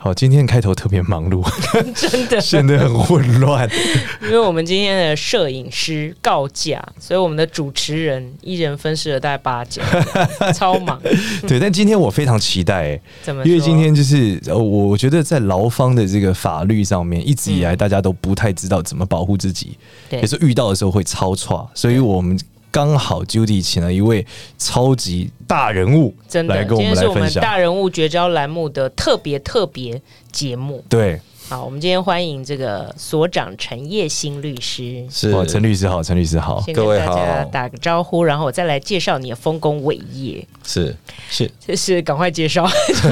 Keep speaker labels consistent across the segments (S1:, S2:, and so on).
S1: 好，今天开头特别忙 碌，
S2: 真的，
S1: 显得很混乱。
S2: 因为我们今天的摄影师告假，所以我们的主持人一人分饰了大概八 角，超忙。
S1: 对，但今天我非常期待、欸，
S2: 怎么说？
S1: 因为今天就是呃，我我觉得在劳方的这个法律上面，一直以来大家都不太知道怎么保护自己，
S2: 对
S1: 也是遇到的时候会超错，所以我们刚好 Judy 请了一位超级大人物
S2: 真的
S1: 来，跟
S2: 今
S1: 我
S2: 天
S1: 们
S2: 是我
S1: 来
S2: 们
S1: 分享。
S2: 大人物绝交栏目的特别特别节目。
S1: 对，
S2: 好，我们今天欢迎这个所长陈叶新律师。
S3: 是
S1: 哇，陈律师好，陈律师好，
S2: 先
S3: 各
S2: 跟
S3: 位
S2: 大家
S3: 好
S2: 打个招呼，然后我再来介绍你的丰功伟业。
S3: 是
S1: 是
S2: 这是赶快介绍。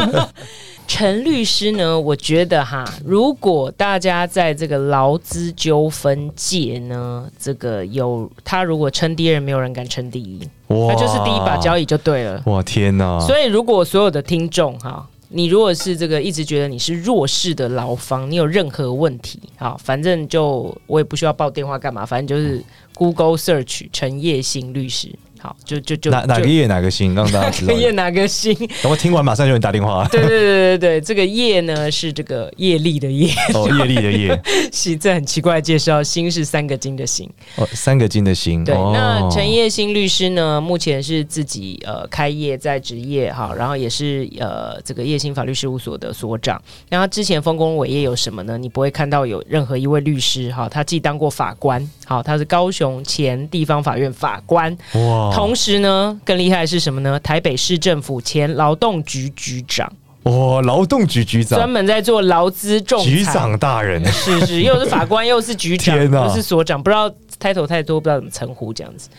S2: 陈律师呢？我觉得哈，如果大家在这个劳资纠纷界呢，这个有他如果称第二，没有人敢称第一，
S1: 哇
S2: 他就是第一把交椅就对了。
S1: 哇，天哪！
S2: 所以，如果所有的听众哈，你如果是这个一直觉得你是弱势的劳方，你有任何问题，好，反正就我也不需要报电话干嘛，反正就是
S1: 嗯
S2: Google search 陈叶新律师，好，就就就
S1: 哪哪个
S2: 就
S1: 业哪个心，让大家知道。
S2: 叶哪个新？
S1: 然后听完马上有人打电话，
S2: 对对对对对，这个业呢是这个业力的 业，
S1: 哦，业力的业，
S2: 是这很奇怪的介绍，心是三个金的心。
S1: 哦，三个金的心。
S2: 对，
S1: 哦
S2: 那陈叶新律师呢，目前是自己呃开业在职业哈，然后也是呃这个叶新法律事务所的所长。那他之前丰功伟业有什么呢？你不会看到有任何一位律师哈，他既当过法官，好，他是高雄前地方法院法官，
S1: 哇，
S2: 同时呢更厉害的是什么呢？台北市政府前劳动局局长，
S1: 哇，劳动局局
S2: 专
S1: 长，
S2: 门在做劳资仲裁。
S1: 局长大人，
S2: 是 是，又是法官，又是局长，
S1: 天哪
S2: 又是所长，不知道 title 太多，不知道怎么称呼这样子。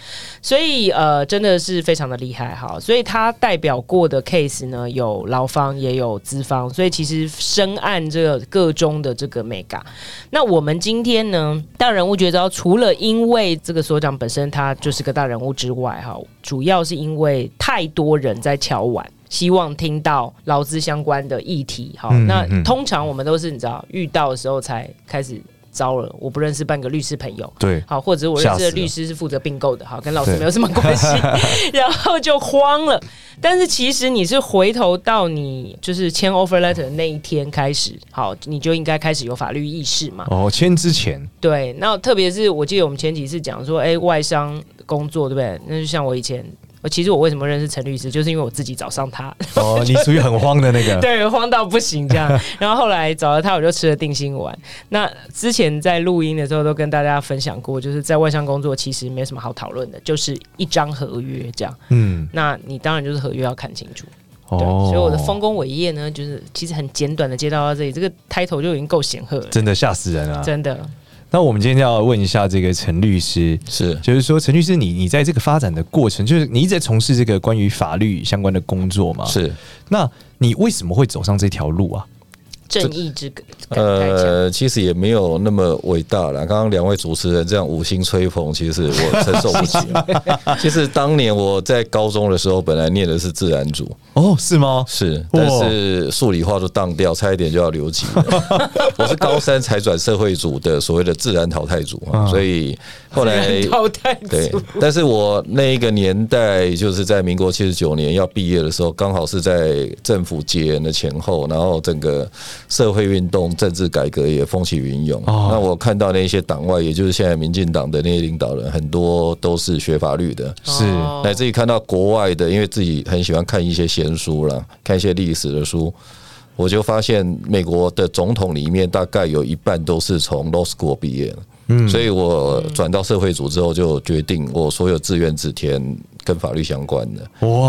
S2: 所以呃，真的是非常的厉害哈。所以他代表过的 case 呢，有劳方也有资方，所以其实深谙这个各中的这个 mega。那我们今天呢，大人物绝招，除了因为这个所长本身他就是个大人物之外，哈，主要是因为太多人在敲碗。希望听到劳资相关的议题，好，
S1: 嗯
S2: 那
S1: 嗯嗯
S2: 通常我们都是你知道遇到的时候才开始招了，我不认识半个律师朋友，
S1: 对，
S2: 好，或者是我认
S1: 吓
S2: 识的
S1: 死了
S2: 律师是负责并购的，好，跟老师
S1: 对
S2: 没有什么 关系， 然后就慌了。但是其实你是回头到你就是签 offer letter 的那一天开始，好，你就应该开始有法律意识嘛。
S1: 哦，签之前，
S2: 对，那特别是我记得我们前几次讲说，哎、外商工作对不对？那就像我以前，我其实我为什么认识陈律师，就是因为我自己找上他，
S1: 哦，你属于很慌的那 个。
S2: 对，慌到不行这样。 然后后来找了他，我就吃了定心丸。那之前在录音的时候都跟大家分享过，就是在外商工作其实没什么好讨论的，就是一张合约这样。
S1: 嗯，
S2: 那你当然就是合约要看清楚。对，啊
S1: 哦，
S2: 所以我的丰功伟业呢，就是其实很简短的介绍到这里，这个 title 就已经够显赫了，
S1: 真的吓死人啊！
S2: 真的。
S1: 那我们今天要问一下这个陈律师，
S3: 是
S1: 就是说陈律师你，你在这个发展的过程，就是你一直在从事这个关于法律相关的工作嘛？。
S3: 是，
S1: 那你为什么会走上这条路啊？
S2: 正义之感慨这样
S3: 呃，其实也没有那么伟大了。刚刚两位主持人这样五星吹捧，其实我承受不 起啊。其实当年我在高中的时候，本来念的是自然组，
S1: 哦，是吗？
S3: 是，
S1: 哇
S3: 但是数理化都当掉，差一点就要留级了。 我是高三才转社会组的所谓的自然淘汰组啊，
S1: 嗯
S3: 所以后来
S2: 淘汰
S3: 哎 对
S2: 组，
S3: 但是我那一个年代，就是在民国七十九年要毕业的时候，刚好是在政府解严的前后，然后整个社会运动、政治改革也风起云涌。
S1: 哦
S3: 那我看到那些党外，也就是现在民进党的那些领导人，很多都是学法律的。
S1: 是
S2: 哦
S3: 乃至于看到国外的，因为自己很喜欢看一些闲书啦，看一些历史的书，我就发现美国的总统里面大概有一半都是从 law school 毕业的，嗯，所以我转到社会组之后，就决定我所有志愿只填跟法律相关的，
S1: 哇，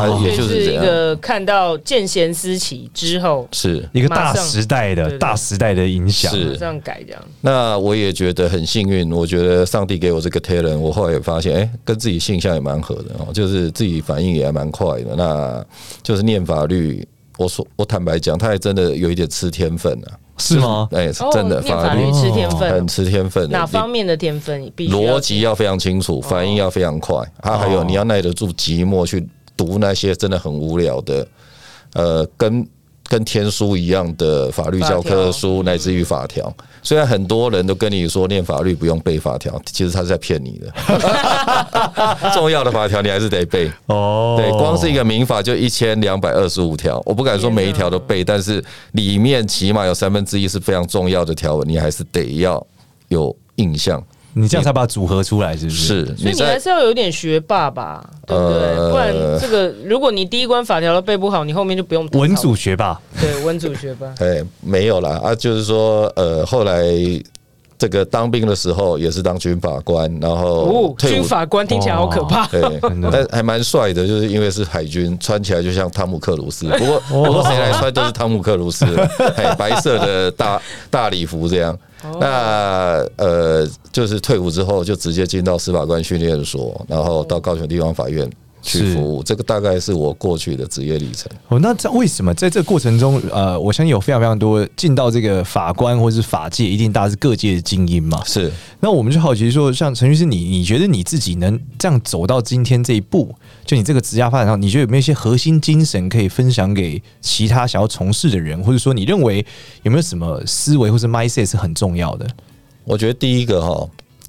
S3: 啊，也
S2: 就
S3: 就是
S2: 是
S3: 这
S2: 一
S3: 样，
S2: 个看到见贤思齐之后，
S3: 是。
S1: 一个
S2: 马
S1: 大
S2: 上
S1: 时代
S2: 对
S1: 的
S2: 对
S1: 大时代的影响。
S3: 是
S2: 这样改这样。
S3: 那我也觉得很幸运，我觉得上帝给我这个 talent，我后来也发现，哎、跟自己性向也蛮合的哦，就是自己反应也还蛮快的。那就是念法律，我所我坦白讲，他还真的有一点吃天分啊。
S1: 是吗？
S3: 哎，是
S2: 哦
S3: 真的
S2: 念法
S3: 法
S2: 律
S3: 律
S2: 吃天
S3: 很
S2: 分，哦
S3: 吃天分的，欸
S2: 哪方面的天分必
S3: 你
S2: 须要哦
S3: 逻辑要非常清楚，反应要非常快，它还有你要耐得住寂寞去读那些真的很无聊的，呃，跟跟天书一样的法律教科书，乃
S2: 嗯
S3: 至于法条。虽然很多人都跟你说念法律不用背法条，其实他是在骗你的。重要的 法条你还是得背。
S1: 哦，
S3: 对，光是一个民法就一千两百二十五条，我不敢说每一条都背，但是里面起码有三分之一是非常重要的条文，你还是得要有印象。
S1: 你这样才把它组合出来，是不是？
S3: 是，
S2: 所以你还是要有点学霸吧，对不对？
S3: 呃。
S2: 不然这个，如果你第一关法条都背不好，你后面就不用读
S1: 文组
S2: 好
S1: 学霸，
S2: 对文组学霸
S3: 哎，没有啦啊，就是说，呃，后来这个当兵的时候也是当军法官，然后
S2: 哦，
S3: 退
S2: 军
S3: 伍，哦
S2: 法官听起来好可怕。
S3: 对
S1: 真的，
S3: 但还蛮帅的，就是因为是海军，穿起来就像汤姆克鲁斯。不过
S1: 哦
S3: 不过谁来穿都是汤姆克鲁斯， 哎，白色的大大礼服这样。
S1: 哦
S3: 那呃，就是退伍之后就直接进到司法官训练所，然后到高雄地方法院去
S1: 是
S3: 服务。这个大概是我过去的职业历程。
S1: 哦，那这为什么在这过程中，呃，我相信有非常非常多进到这个法官或是法界，一定大家是各界的精英嘛。
S3: 是。
S1: 那我们就好奇说，像陈律师你，你觉得你自己能这样走到今天这一步，就你这个职业发展上，你觉得有没有一些核心精神可以分享给其他想要从事的人，或者说你认为有没有什么思维或是 mindset 是很重要的？
S3: 我觉得第一个哈，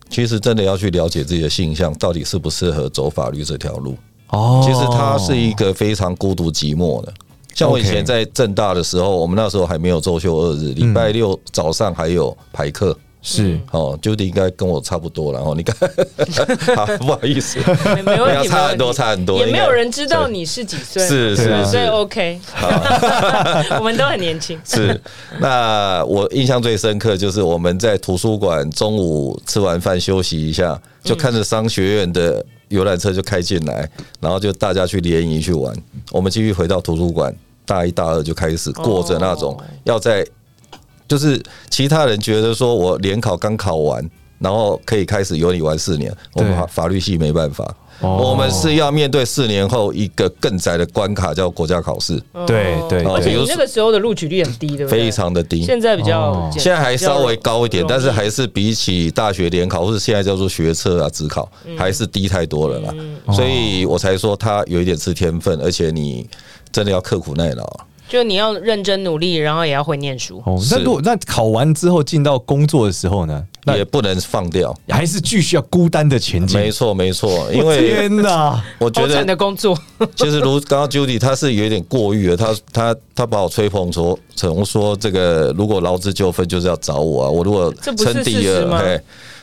S3: 其实真的要去了解自己的性向到底适不适合走法律这条路。
S1: 哦
S3: 其实它是一个非常孤独寂寞的。像我以
S1: OK
S3: 前在正大的时候，我们那时候还没有周休二日，礼拜六早上还有排课。
S1: 是
S3: 哦，Judy 应该跟我差不多然后你看， 好不好意思，
S2: 没没问
S3: 没有
S2: 题，
S3: 差很
S2: 没
S3: 多
S2: 问题
S3: 差很多
S2: 也没有
S3: 应该
S2: 人知道你是几岁，
S3: 是
S1: 对啊
S3: 是
S2: 所以
S3: 是
S2: OK，我们都很年轻。
S3: 是。那我印象最深刻就是我们在图书馆中午吃完饭休息一下，就看着商学院的游览车就开进来，然后就大家去联谊去玩。我们继续回到图书馆，大一大二就开始过着那种
S2: 哦
S3: 要在，就是其他人觉得说我联考刚考完。然后可以开始有你玩四年，我们
S1: 对
S3: 法法律系没办法，
S1: 哦
S3: 我们是要面对四年后一个更窄的关卡，叫国家考试，
S1: 对对
S2: 而且
S3: 对
S2: 你哦那个时候的录取率很低，对不对？
S3: 非常的低。
S2: 现在比较
S1: 哦，
S3: 现在还稍微高一点，但是
S2: 还。
S3: 还是比起大学联考或者现在叫做学测啊、职考，
S2: 嗯
S3: 还是低太多了啦。所以我才说它有一点是天分，而且你真的要刻苦耐劳啊。
S2: 就你要认真努力，然后也要会念书。
S1: 哦，
S3: 是
S1: 那如果那考完之后进到工作的时候呢，那嗯
S3: 也不能放掉，
S1: 还是继续要孤单的前进。
S3: 没错没错，因为
S1: 天哪，
S3: 我觉
S2: 好惨
S3: 得
S2: 的工作，
S3: 其实如刚刚 Judy 他是有一点过誉了，他他他把我吹捧说，从说这个如果劳资纠纷就是要找我啊，我如果
S2: 这不是
S3: 称
S2: 事
S3: 帝
S2: 实
S3: 了，
S2: 吗
S3: 嘿，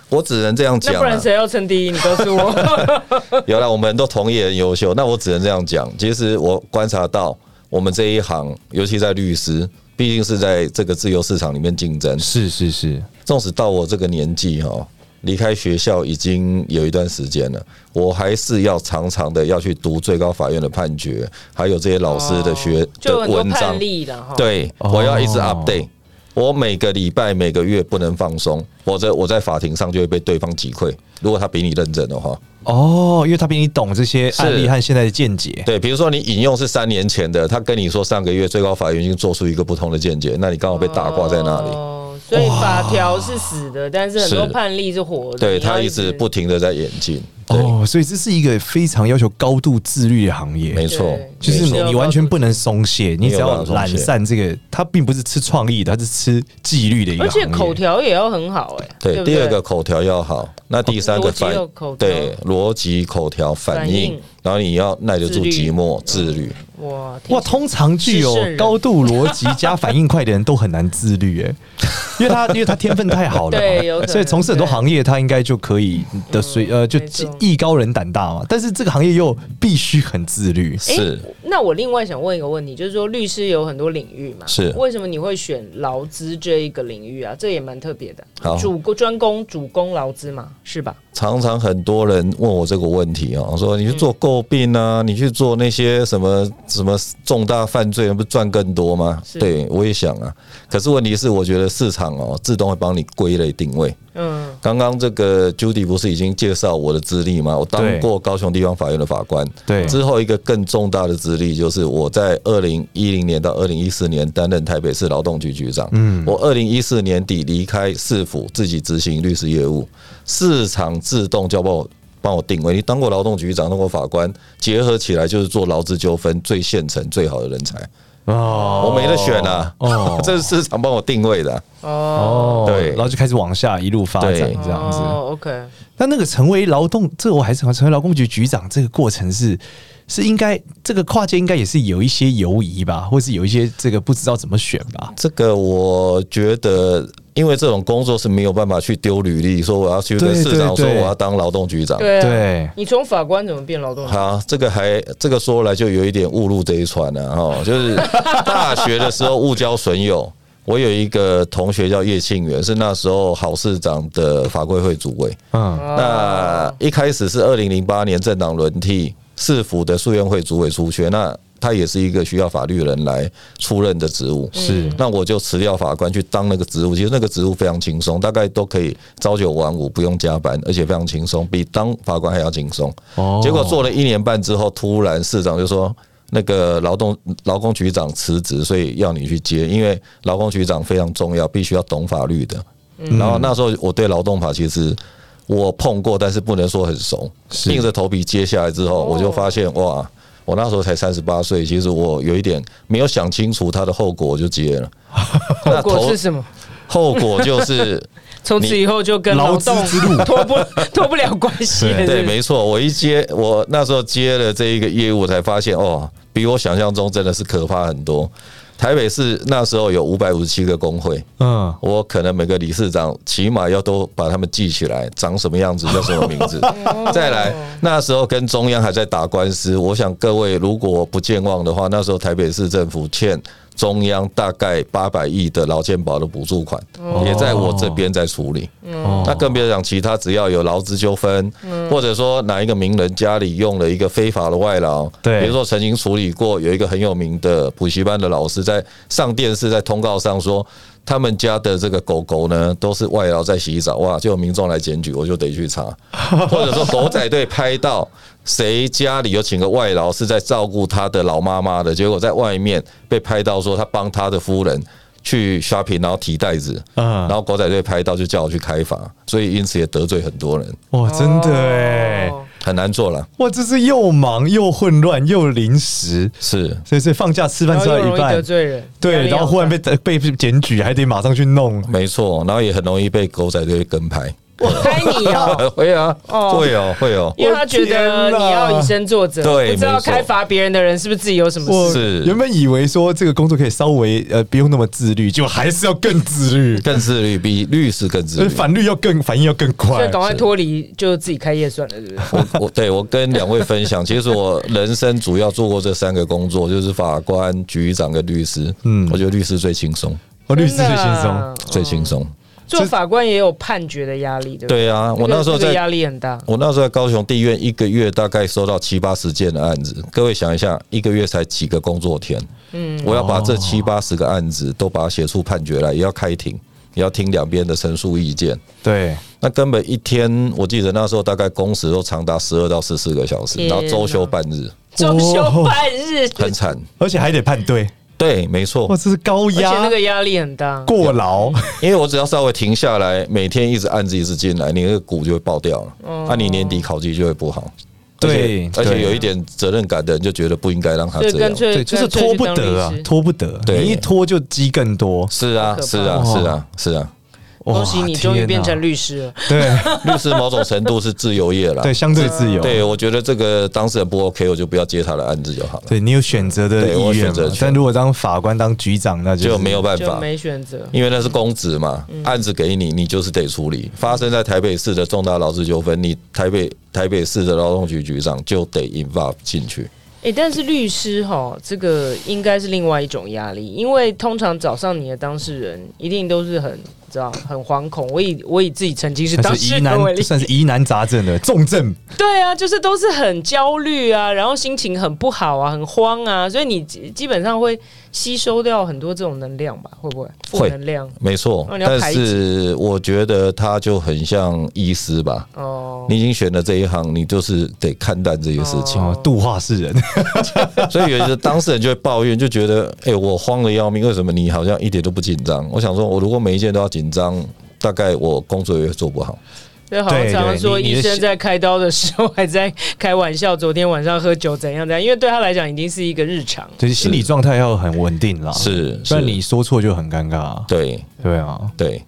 S3: 我只能这样讲、啊。
S2: 那不然谁要称第一？你告诉我。
S3: 原来我们都同业很优秀，那我只能这样讲。其实我观察到，我们这一行，尤其在律师，毕竟是在这个自由市场里面竞争。
S1: 是是是，
S3: 纵使到我这个年纪哈，离开学校已经有一段时间了，我还是要常常的要去读最高法院的判决，还有这些 老师的学、
S2: 就
S3: 的
S2: 有很多
S3: 文章
S2: 判。例了哈。，
S3: 对，
S1: 哦
S3: 我要一直 update。我每个礼拜、每个月不能放松，否则我在法庭上就会被对方击溃。如果他比你认真的话，
S1: 哦，因为他比你懂这些案例
S3: 是
S1: 和现在的见解。
S3: 对，比如说你引用是三年前的，他跟你说上个月最高法院已经做出一个不同的见解，那你刚好被打挂在那里。
S2: 哦，所以法条是死的，但是很多判例是活的。
S3: 对
S2: 你要
S3: 他一直不停的在演进，对，
S1: 哦，所以这是一个非常要求高度自律的行
S3: 没
S1: 业，
S3: 错
S2: 对，
S1: 就是
S3: 没
S1: 你
S3: 错
S1: 你完全不能松懈，你只要懒散，这个它并不是吃创意的，它是吃纪律的一个
S2: 而且
S1: 行
S2: 口
S1: 业。
S2: 条也要很好哎。
S3: 对。
S2: 不
S3: 第二个口条要好，那第三个
S2: 哦逻辑
S3: 反
S2: 要口条
S3: 对逻辑、口条、
S2: 反
S3: 反
S2: 应
S3: 应，然后你要耐得住
S2: 自律
S3: 寂寞、自律。
S2: 哇
S1: 哇，通常具有
S2: 是圣人
S1: 高度逻辑加反应快的人都很难自律， 哎，因为他因为他天分太好了嘛，
S2: 对有可能
S1: 所以从事很多行业他应该就可以的随呃就
S2: 没错
S1: 艺高人胆大嘛，但是这个行业又必须很自律，
S2: 诶
S3: 是
S2: 那我另外想问一个问题，就是说律师有很多领域嘛，
S3: 是
S2: 为什么你会选劳资这一个领域啊？这也蛮特别的，
S3: 好
S2: 主专攻主攻劳资嘛，是吧？
S3: 常常很多人问我这个问题哦，说你去做诟病啊，你去做那些什么什么重大犯罪，不是赚更多吗
S2: 是？
S3: 对，我也想啊。可是问题是，我觉得市场哦自动会帮你归类定位。
S2: 嗯，
S3: 刚刚这个 Judy 不是已经介绍我的资历吗？我
S1: 对
S3: 当过高雄地方法院的法官，
S1: 对
S3: 之后一个更重大的资历就是我在二零一零年到二零一四年担任台北市劳动局局长。嗯，我二零一四年底离开市府，自己执行律师业务，市场自动就帮我帮我定位。你当过劳动局长，当过法官，结合起来就是做劳资纠纷最现成、最好的人才。
S1: 哦
S3: 我没得选啊，
S1: 哦
S3: 这是市场帮我定位的啊、
S1: 哦，
S2: 哦
S3: 对
S1: 然后就开始往下一路发展
S3: 对
S1: 这样子。
S2: 哦，OK，
S1: 那那个成为劳动，这我还是想成为劳工局局长这个过程是是应该这个跨界应该也是有一些犹疑吧，或是有一些这个不知道怎么选吧。
S3: 这个我觉得，因为这种工作是没有办法去丢履历，说我要去跟
S1: 对
S3: 市长
S1: 对
S3: 说
S1: 对
S3: 我要当劳动局长。
S2: 对啊，
S1: 对，
S2: 你从法官怎么变劳动者？
S3: 好，这个还这个说来就有一点误入这一船了、哈，就是大学的时候误交损友。我有一个同学叫叶庆元，是那时候郝市长的法规会主委。
S1: 嗯，
S3: 那一开始是二零零八年政党轮替，市府的诉院会主委出缺，那他也是一个需要法律人来出任的职务。
S1: 嗯是
S3: 那我就辞掉法官去当那个职务，其实那个职务非常轻松，大概都可以朝九晚五，不用加班，而且非常轻松，比当法官还要轻松。
S1: 哦
S3: 结果做了一年半之后，突然市长就说。那个劳动劳工局长辞职，所以要你去接，因为劳工局长非常重要，必须要懂法律的。然后那时候我对劳动法其实我碰过，但是不能说很熟。
S1: 是
S3: 硬着头皮接下来之
S2: 哦
S3: 后，我就发现哇，我那时候才三十八岁，其实我有一点没有想清楚它的后果，我就接 了。那
S2: 后果
S3: 头
S2: 是什么？
S3: 后果 就是
S2: 从此以后就跟劳动
S1: 劳资之路
S2: 脱不 脱不了关系了。
S3: 对，
S2: 是不是
S3: 没错，我一接我那时候接了这一个业务，才发现哦，比我想象中真的是可怕很多。台北市那时候有五百五十七个工会，
S1: 嗯，
S3: 我可能每个理事长起码要都把他们记起来，长什么样子，叫什么名字。再来，那时候跟中央还在打官司，我想各位如果不健忘的话，那时候台北市政府欠中央大概八百亿的劳健保的补助款，也在我这边在处理。
S1: 哦嗯
S3: 那更别讲其他，只要有劳资纠纷，或者说哪一个名人家里用了一个非法的外劳，
S1: 对
S3: 比如说曾经处理过有一个很有名的补习班的老师在上电视，在通告上说。他们家的这个狗狗呢，都是外劳在洗澡，哇！就有民众来检举，我就得去查， 或者说狗仔队拍到谁家里有请个外劳是在照顾他的老妈妈的，结果在外面被拍到说他帮他的夫人去 shopping，然后提袋子，
S1: 嗯
S3: 然后狗仔队拍到就叫我去开罚，所以因此也得罪很多人，
S1: 哇，真的哎、
S2: 哦
S3: 很难做了。
S1: 哇，这是又忙又混乱又临时，
S3: 是，
S1: 所以所以放假吃饭
S2: 然后
S1: 吃到
S2: 又容
S1: 一
S2: 易得
S1: 半，
S2: 罪人，压
S1: 对，
S2: 力
S1: 然后
S2: 好
S1: 忽然
S2: 大
S1: 被被被检举，还得马上去弄，
S3: 没错，然后也很容易被狗仔队跟拍。
S2: 我拍你 哦，
S3: 会啊，
S2: 哦
S3: 会哦，会哦，
S2: 因为他觉得你要以身作则，
S3: 对
S2: 不知道
S3: 没错
S2: 开罚别人的人是不是自己有什么
S1: 我
S2: 事。
S3: 是
S1: 原本以为说这个工作可以稍微呃不用那么自律，结果还是要更自律，
S3: 更自律，比律师更自
S1: 所以
S3: 律。
S1: 反律要更反应要更
S2: 所
S1: 快
S2: 以。赶快脱离，就自己开业算了，对不对？
S3: 我我对我跟两位分享，其实我人生主要做过这三个工作，就是法官、局长跟律师。
S1: 嗯
S3: 嗯，我觉得律师最轻松，
S1: 我 哦律师
S2: 真
S1: 最
S2: 的
S1: 轻松
S2: 啊，
S3: 最轻松。
S2: 做法官也有判决的压力，对不对？
S3: 对啊，我那时候
S2: 这个
S3: 在
S2: 压力很大，
S3: 我那时候在高雄地院，一个月大概收到七八十件的案子。各位想一下，一个月才几个工作天？嗯，我要把这七八十个案子都把它写出判决来，也要开庭，也要听两边的申诉意见。
S1: 对，
S3: 那根本一天，我记得那时候大概工时都长达十二到十四个小时，
S2: 天
S3: 然
S2: 哪
S3: 后周休半日，
S2: 中休半日，
S3: 很惨。
S1: 而且还得判对，
S3: 对，没错
S1: 哇，，这是高
S2: 而且那
S1: 压
S2: 个压力很
S3: 啊
S2: 大。
S1: 过 劳，
S3: 因为我只要稍微停下来，每天一直案子一直进来，你那个股就会爆掉了，那、你年底考绩就会不好。
S1: 哦
S3: 而且
S1: 对
S3: 而且
S1: 对
S3: 有一点责任感的人就觉得不应该让他
S2: 所以
S3: 这样
S2: 干。脆
S1: 对，就是
S2: 干脆
S1: 拖
S2: 去
S1: 不
S2: 当律
S1: 得啊
S2: 师，
S1: 拖不得，
S3: 对
S1: 你一拖就积更多。
S3: 是啊
S2: 好，可
S3: 是
S2: 怕
S3: 啊，
S1: 哦
S3: 是啊，是啊。
S1: 哇
S2: 恭喜你终于变成
S1: 天
S2: 律师了。
S1: 哪对
S3: 律师某种程度是自由业 啦。
S1: 对，相对自由，
S3: 对，我觉得这个当事人不 OK，我就不要接他的案子就好了，
S1: 对你有选择的
S3: 对我有
S1: 意愿
S3: 选择
S1: 嘛
S3: 权，
S1: 但如果当法官当局长，那
S3: 就是没有办
S2: 就
S3: 法。
S2: 没嗯选择，
S3: 因为那是公职嘛，案子给你，你就是得处理。发生在台北市的重大劳资纠纷，你台北台北市的劳动局局长就得 involve 进去。
S2: 哎、但是律师哈，这个应该是另外一种压力，因为通常找上你的当事人一定都是很你知道很惶恐。我以我以自己曾经是
S1: 那
S2: 当
S1: 是
S2: 事
S1: 疑
S2: 人为
S1: 难，
S2: 例，
S1: 算是疑难杂症的重症。
S2: 对啊，就是都是很焦虑啊，然后心情很不好啊，很慌啊，所以你基基本上会吸收掉很多这种能量吧？会不会负
S3: 会
S2: 能量？
S3: 没错
S2: 哦那，你要
S3: 但
S2: 排解
S3: 是我觉得他就很像医师吧。
S2: 哦，
S3: 你已经选了这一行，你就是得看淡这些事情，
S1: 哦，度化世人，
S2: 哦
S3: 所以有些当事人就会抱怨，就觉得，哎、我慌得要命，为什么你好像一点都不紧张？我想说，我如果每一件都要紧张，大概我工作也做不好。
S2: 就好像
S1: 对
S2: 常常
S1: 对
S2: 说，
S1: 你你
S2: 医
S1: 的
S2: 生
S1: 心
S2: 在开刀的时候还在开玩笑，昨天晚上喝酒怎样怎样，因为对他来讲已经是一个日常。
S1: 就是心理状态要很稳定啦。
S3: 是
S1: 不然
S3: 是
S1: 你说错就很尴尬、啊。
S3: 对
S1: 对啊，
S3: 对，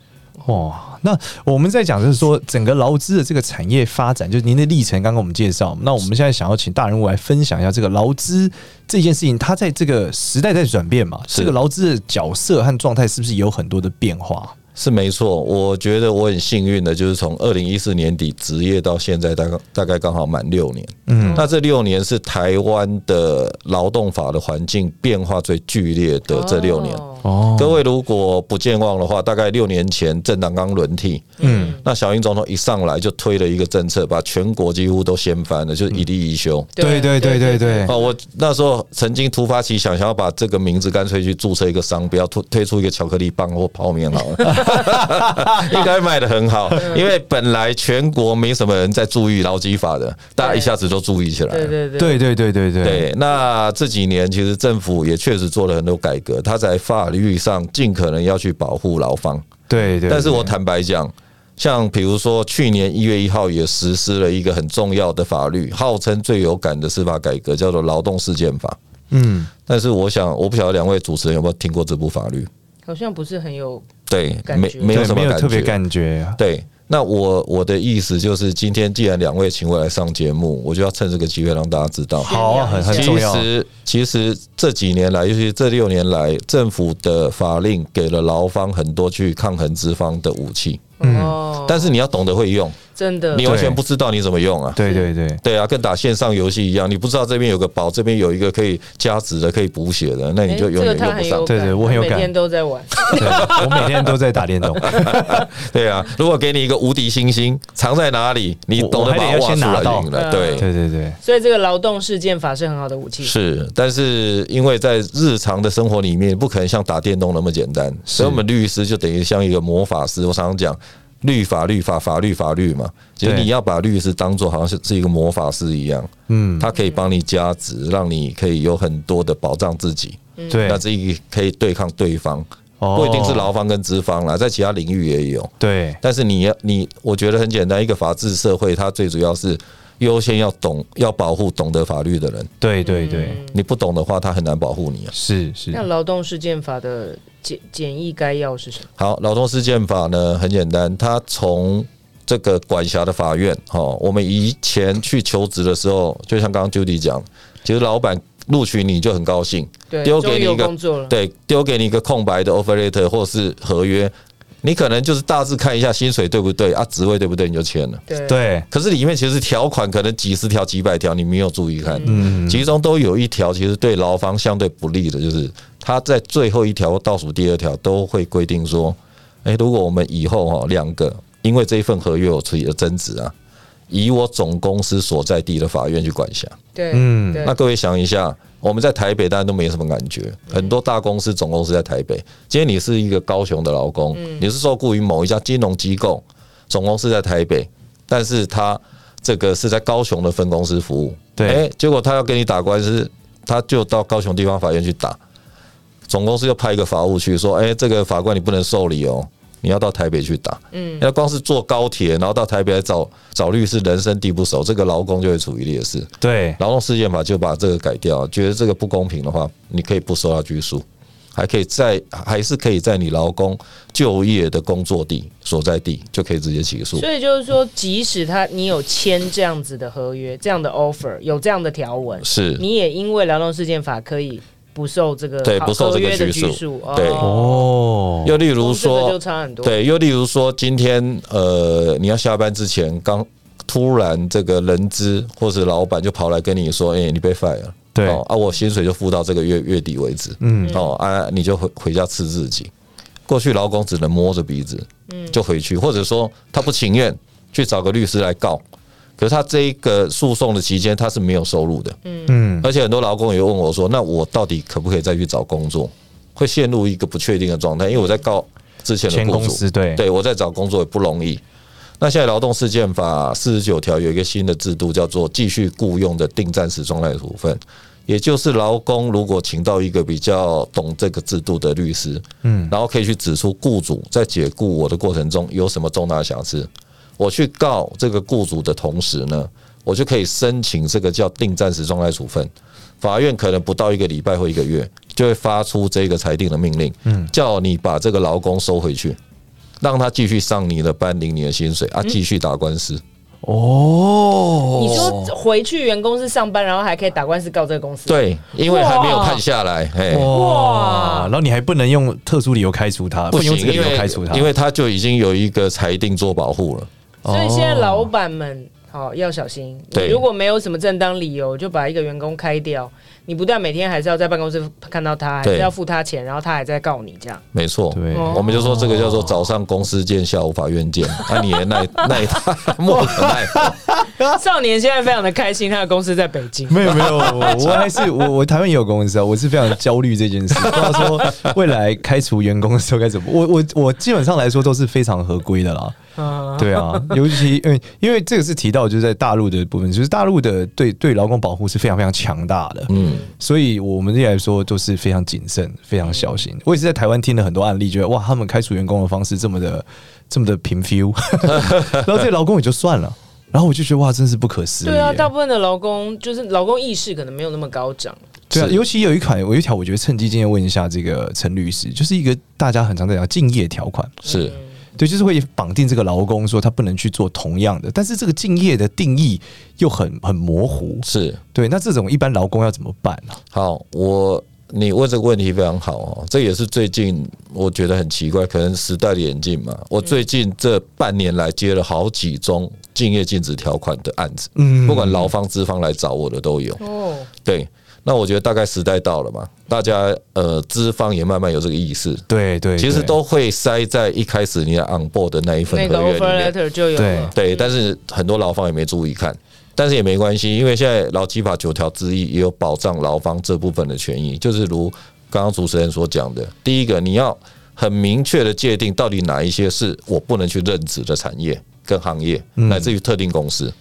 S1: 哇，那我们在讲就是说整个劳资的这个产业发展，就是您的历程，刚刚我们介绍。那我们现在想要请大人物来分享一下这个劳资这件事情，它在这个时代在转变嘛，
S3: 是
S1: 这个劳资的角色和状态是不是有很多的变化？
S3: 是没错。我觉得我很幸运的，就是从二零一四年底职业到现在，大概大概刚好满六年。
S1: 嗯，
S3: 那这六年是台湾的劳动法的环境变化最剧烈的这六年。
S2: 哦
S1: 哦
S3: 各位如果不健忘的话，大概六年前政党刚轮替，
S1: 嗯，
S3: 那小英总统一上来就推了一个政策，把全国几乎都掀翻
S1: 嗯
S3: 了，就是一例一休。
S1: 对对对对对，
S3: 哦，我那时候曾经突发奇想，想要把这个名字干脆去注册一个商标，推推出一个巧克力棒或泡面好了， 应该卖得很好。因为本来全国没什么人在注意劳基法的，大家一下子都注意起来
S2: 对。
S3: 了
S2: 对对，
S1: 对对对对对，
S3: 哦对，那这几年其实政府也确实做了很多改革，它在法律上尽可能要去保护劳方。
S1: 对对。
S3: 但是我
S1: 谈
S3: 坦白讲，像比如说去年一月一号也实施了一个很重要的法律，号称最有感的司法改革，叫做《劳动事件法》。
S1: 嗯，
S3: 但是我想，我不晓得两位主持人有没有听过这部法律？
S2: 好像不是很有
S3: 对，
S2: 感
S3: 没
S2: 觉
S3: 没有
S1: 对
S3: 什么
S1: 没有
S3: 感
S1: 特别
S3: 觉。
S1: 感觉啊，
S3: 对，那我我的意思就是，今天既然两位请我来上节目，我就要趁这个机会让大家知道。
S1: 好啊，很很
S3: 其
S1: 重要，
S3: 实，其实这几年来，尤其这六年来，政府的法令给了劳方很多去抗衡资方的武器，
S1: 嗯
S2: 哦，
S3: 但是你要懂得会用，
S2: 真的
S3: 你完全不知道你怎么用啊。
S1: 对对 对，
S3: 对啊，跟打线上游戏一样，你不知道这边有个宝，这边有一个可以加值的、可以补血的，那你
S2: 诶
S3: 就永
S2: 这
S3: 远
S2: 个他
S3: 用不
S2: 很
S3: 上
S2: 有。
S1: 对对我很有
S2: 他每
S1: 感
S2: 天都在玩。
S1: 对我每天都在打电动，
S3: 对啊，如果给你一个无敌星星，藏在哪里，你
S1: 我
S3: 懂
S1: 我
S3: 得
S1: 还
S3: 把
S1: 得
S3: 它
S1: 要
S3: 挖
S1: 先
S3: 出
S1: 拿
S3: 来
S1: 到
S3: 赢
S2: 嗯
S3: 了。对，
S1: 对对对，
S2: 所以这个劳动事件法是很好的武器。
S3: 是，但是因为在日常的生活里面，不可能像打电动那么简单，所以我们律师就等于像一个魔法师。我常常讲，律法、律法、法律、法律嘛，就是
S1: 对
S3: 你要把律师当做好像是是一个魔法师一样，
S1: 嗯，
S3: 他可以帮你加值，让你可以有很多的保障自己，
S1: 对
S3: 嗯那，自己可以对抗对方，
S1: 哦
S3: 不一定是劳方跟资方啦，在其他领域也有。
S1: 对
S3: 但是你要你，我觉得很简单，一个法治社会，它最主要是优先要懂要保护懂得法律的人。
S1: 对对
S3: 嗯
S1: 对，
S3: 你不懂的话，他很难保护你啊。
S1: 是是
S2: 那劳动事件法的简简易概要是什么？
S3: 好，劳动事件法呢很简单，它从这个管辖的法院，哦，我们以前去求职的时候，就像刚刚 Judy 讲，其实老板录取你就很高兴，
S2: 对，
S3: 丢
S2: 终
S3: 给
S2: 于
S3: 你
S2: 有
S3: 一个
S2: 工作了。
S3: 对，丢给你一个空白的 offer letter 或是合约，你可能就是大致看一下薪水对不对啊，职位对不对，你就签了。
S2: 对
S1: 对，
S3: 可是里面其实条款可能几十条、几百条，你没有注意看，
S1: 嗯，
S3: 其中都有一条其实对劳方相对不利的，就是它在最后一条倒数第二条都会规定说，诶，如果我们以后哦两个因为这一份合约有起了争执啊，以我总公司所在地的法院去管辖。
S2: 对，
S1: 嗯
S2: 对
S3: 那各位想一下，我们在台北大家都没什么感觉，很多大公司总公司在台北。今天你是一个高雄的劳工，你是受雇于某一家金融机构，总公司在台北，但是他这个是在高雄的分公司服务。
S1: 对
S3: 诶结果他要跟你打官司，他就到高雄地方法院去打。总公司又派一个法务去说：“哎、这个法官你不能受理哦，你要到台北去打。”嗯，那光是坐高铁，然后到台北来找找律师，人生地不熟，这个劳工就会处于劣势。
S1: 对
S3: 劳动事件法就把这个改掉，觉得这个不公平的话，你可以不收到拘束，还可以在还是可以在你劳工就业的工作地所在地就可以直接起诉。
S2: 所以就是说，即使他你有签这样子的合约、这样的 offer、有这样的条文，
S3: 是
S2: 你也因为劳动事件法可以不受这个
S3: 对
S2: 合
S3: 不受这个
S2: 合约的
S3: 拘束
S2: 束。
S3: 对
S2: 哦，
S1: 哦，
S3: 又例如
S2: 这个就
S3: 说，
S2: 差很多。
S3: 对，又例如说，今天呃，你要下班之前，刚突然这个人资或是老板就跑来跟你说，哎、你被 fire 了，
S1: 对
S3: 哦、啊，我薪水就付到这个月月底为止，
S1: 嗯
S3: 哦啊，你就回回家吃自己。过去劳工只能摸着鼻子，就回去，或者说他不情愿去找个律师来告，可是他这一个诉讼的期间他是没有收入的，
S1: 嗯，
S3: 而且很多劳工也问我说，那我到底可不可以再去找工作？会陷入一个不确定的状态，因为我在告之前
S1: 前
S3: 的雇
S1: 公
S3: 主，
S1: 司对，
S3: 对我在找工作也不容易。那现在《劳动事件法》四十九条有一个新的制度，叫做继续雇佣的定暂时状态处分，也就是劳工如果请到一个比较懂这个制度的律师，
S1: 嗯，
S3: 然后可以去指出雇主在解雇我的过程中有什么重大瑕疵，我去告这个雇主的同时呢，我就可以申请这个叫定暂时状态处分。法院可能不到一个礼拜或一个月，就会发出这个裁定的命令，
S1: 嗯，
S3: 叫你把这个劳工收回去，让他继续上你的班，领你的薪水啊，继续打官司。
S1: 哦，
S2: 你说回去原公司上班，然后还可以打官司告这个公司？
S3: 对，因为还没有判下来，哎，
S1: 哇，
S2: 哇
S1: 然后你还不能用特殊理由开除他，
S3: 不
S1: 能
S3: 行
S1: 用，这个理
S3: 因
S1: 由
S3: 为
S1: 开除他，
S3: 因为他就已经有一个裁定做保护了。
S2: 所以现在老板们。好、要小心。你
S3: 哦对
S2: 如果没有什么正当理由，就把一个员工开掉，你不但每天还是要在办公室看到他，还是
S3: 对
S2: 要付他钱，然后他还在告你这样。
S3: 没错，
S1: 对
S2: 哦
S3: 我们就说这个叫做早上公司见，下午法院见。啊，你也耐耐他， 莫可耐烦。
S2: 少年现在非常的开心，他的公司在北京。
S1: 没有没有， 我我还是我我台湾也有公司啊，我是非常焦虑这件事，不知道说未来开除员工的时候该怎么。我我我基本上来说都是非常合规的啦，
S2: 嗯，
S1: 对啊，尤其嗯，因为这个是提到就是在大陆的部分，就是大陆的对对劳工保护是非常非常强大的，
S3: 嗯，
S1: 所以我们这来说都是非常谨慎、非常小心。我也是在台湾听了很多案例，觉得哇，他们开除员工的方式这么的、这么的平 feel，然 后对劳工也就算了，然后我就觉得哇，真是不可思议耶。
S2: 对啊，大部分的劳工就是劳工意识可能没有那么高涨。
S1: 对啊，
S3: 是
S1: 尤其有一款，我有一条，我觉得趁机今天问一下这个陈律师，就是一个大家很常在讲竞业条款，
S3: 是
S1: 对，就是会绑定这个劳工说他不能去做同样的，但是这个竞业的定义又很很模糊，
S3: 是。
S1: 对，那这种一般劳工要怎么办啊呢、
S3: 好，我你问这个问题非常好哦，这也是最近我觉得很奇怪，可能时代的演进嘛。我最近这半年来接了好几宗竞业禁止条款的案子，
S1: 嗯
S3: 不管劳方资方来找我的都有。
S2: 哦，
S3: 对，那我觉得大概时代到了嘛，大家呃资方也慢慢有这个意识，
S1: 对对，
S3: 其实
S1: 对
S3: 都会塞在一开始你的 on board 的那一份
S2: 那
S3: 合啊
S2: 个
S3: 约里
S2: offer
S3: 面。
S2: letter 就有
S1: 对
S2: 了。
S3: 对，但是很多劳方也没注意看，但是也没关系，因为现在劳基法九条之一也有保障劳方这部分的权益，就是如刚刚主持人所讲的，第一个你要很明确的界定到底哪一些是我不能去任职的产业跟行业，
S1: 嗯
S3: 乃至于特定公司，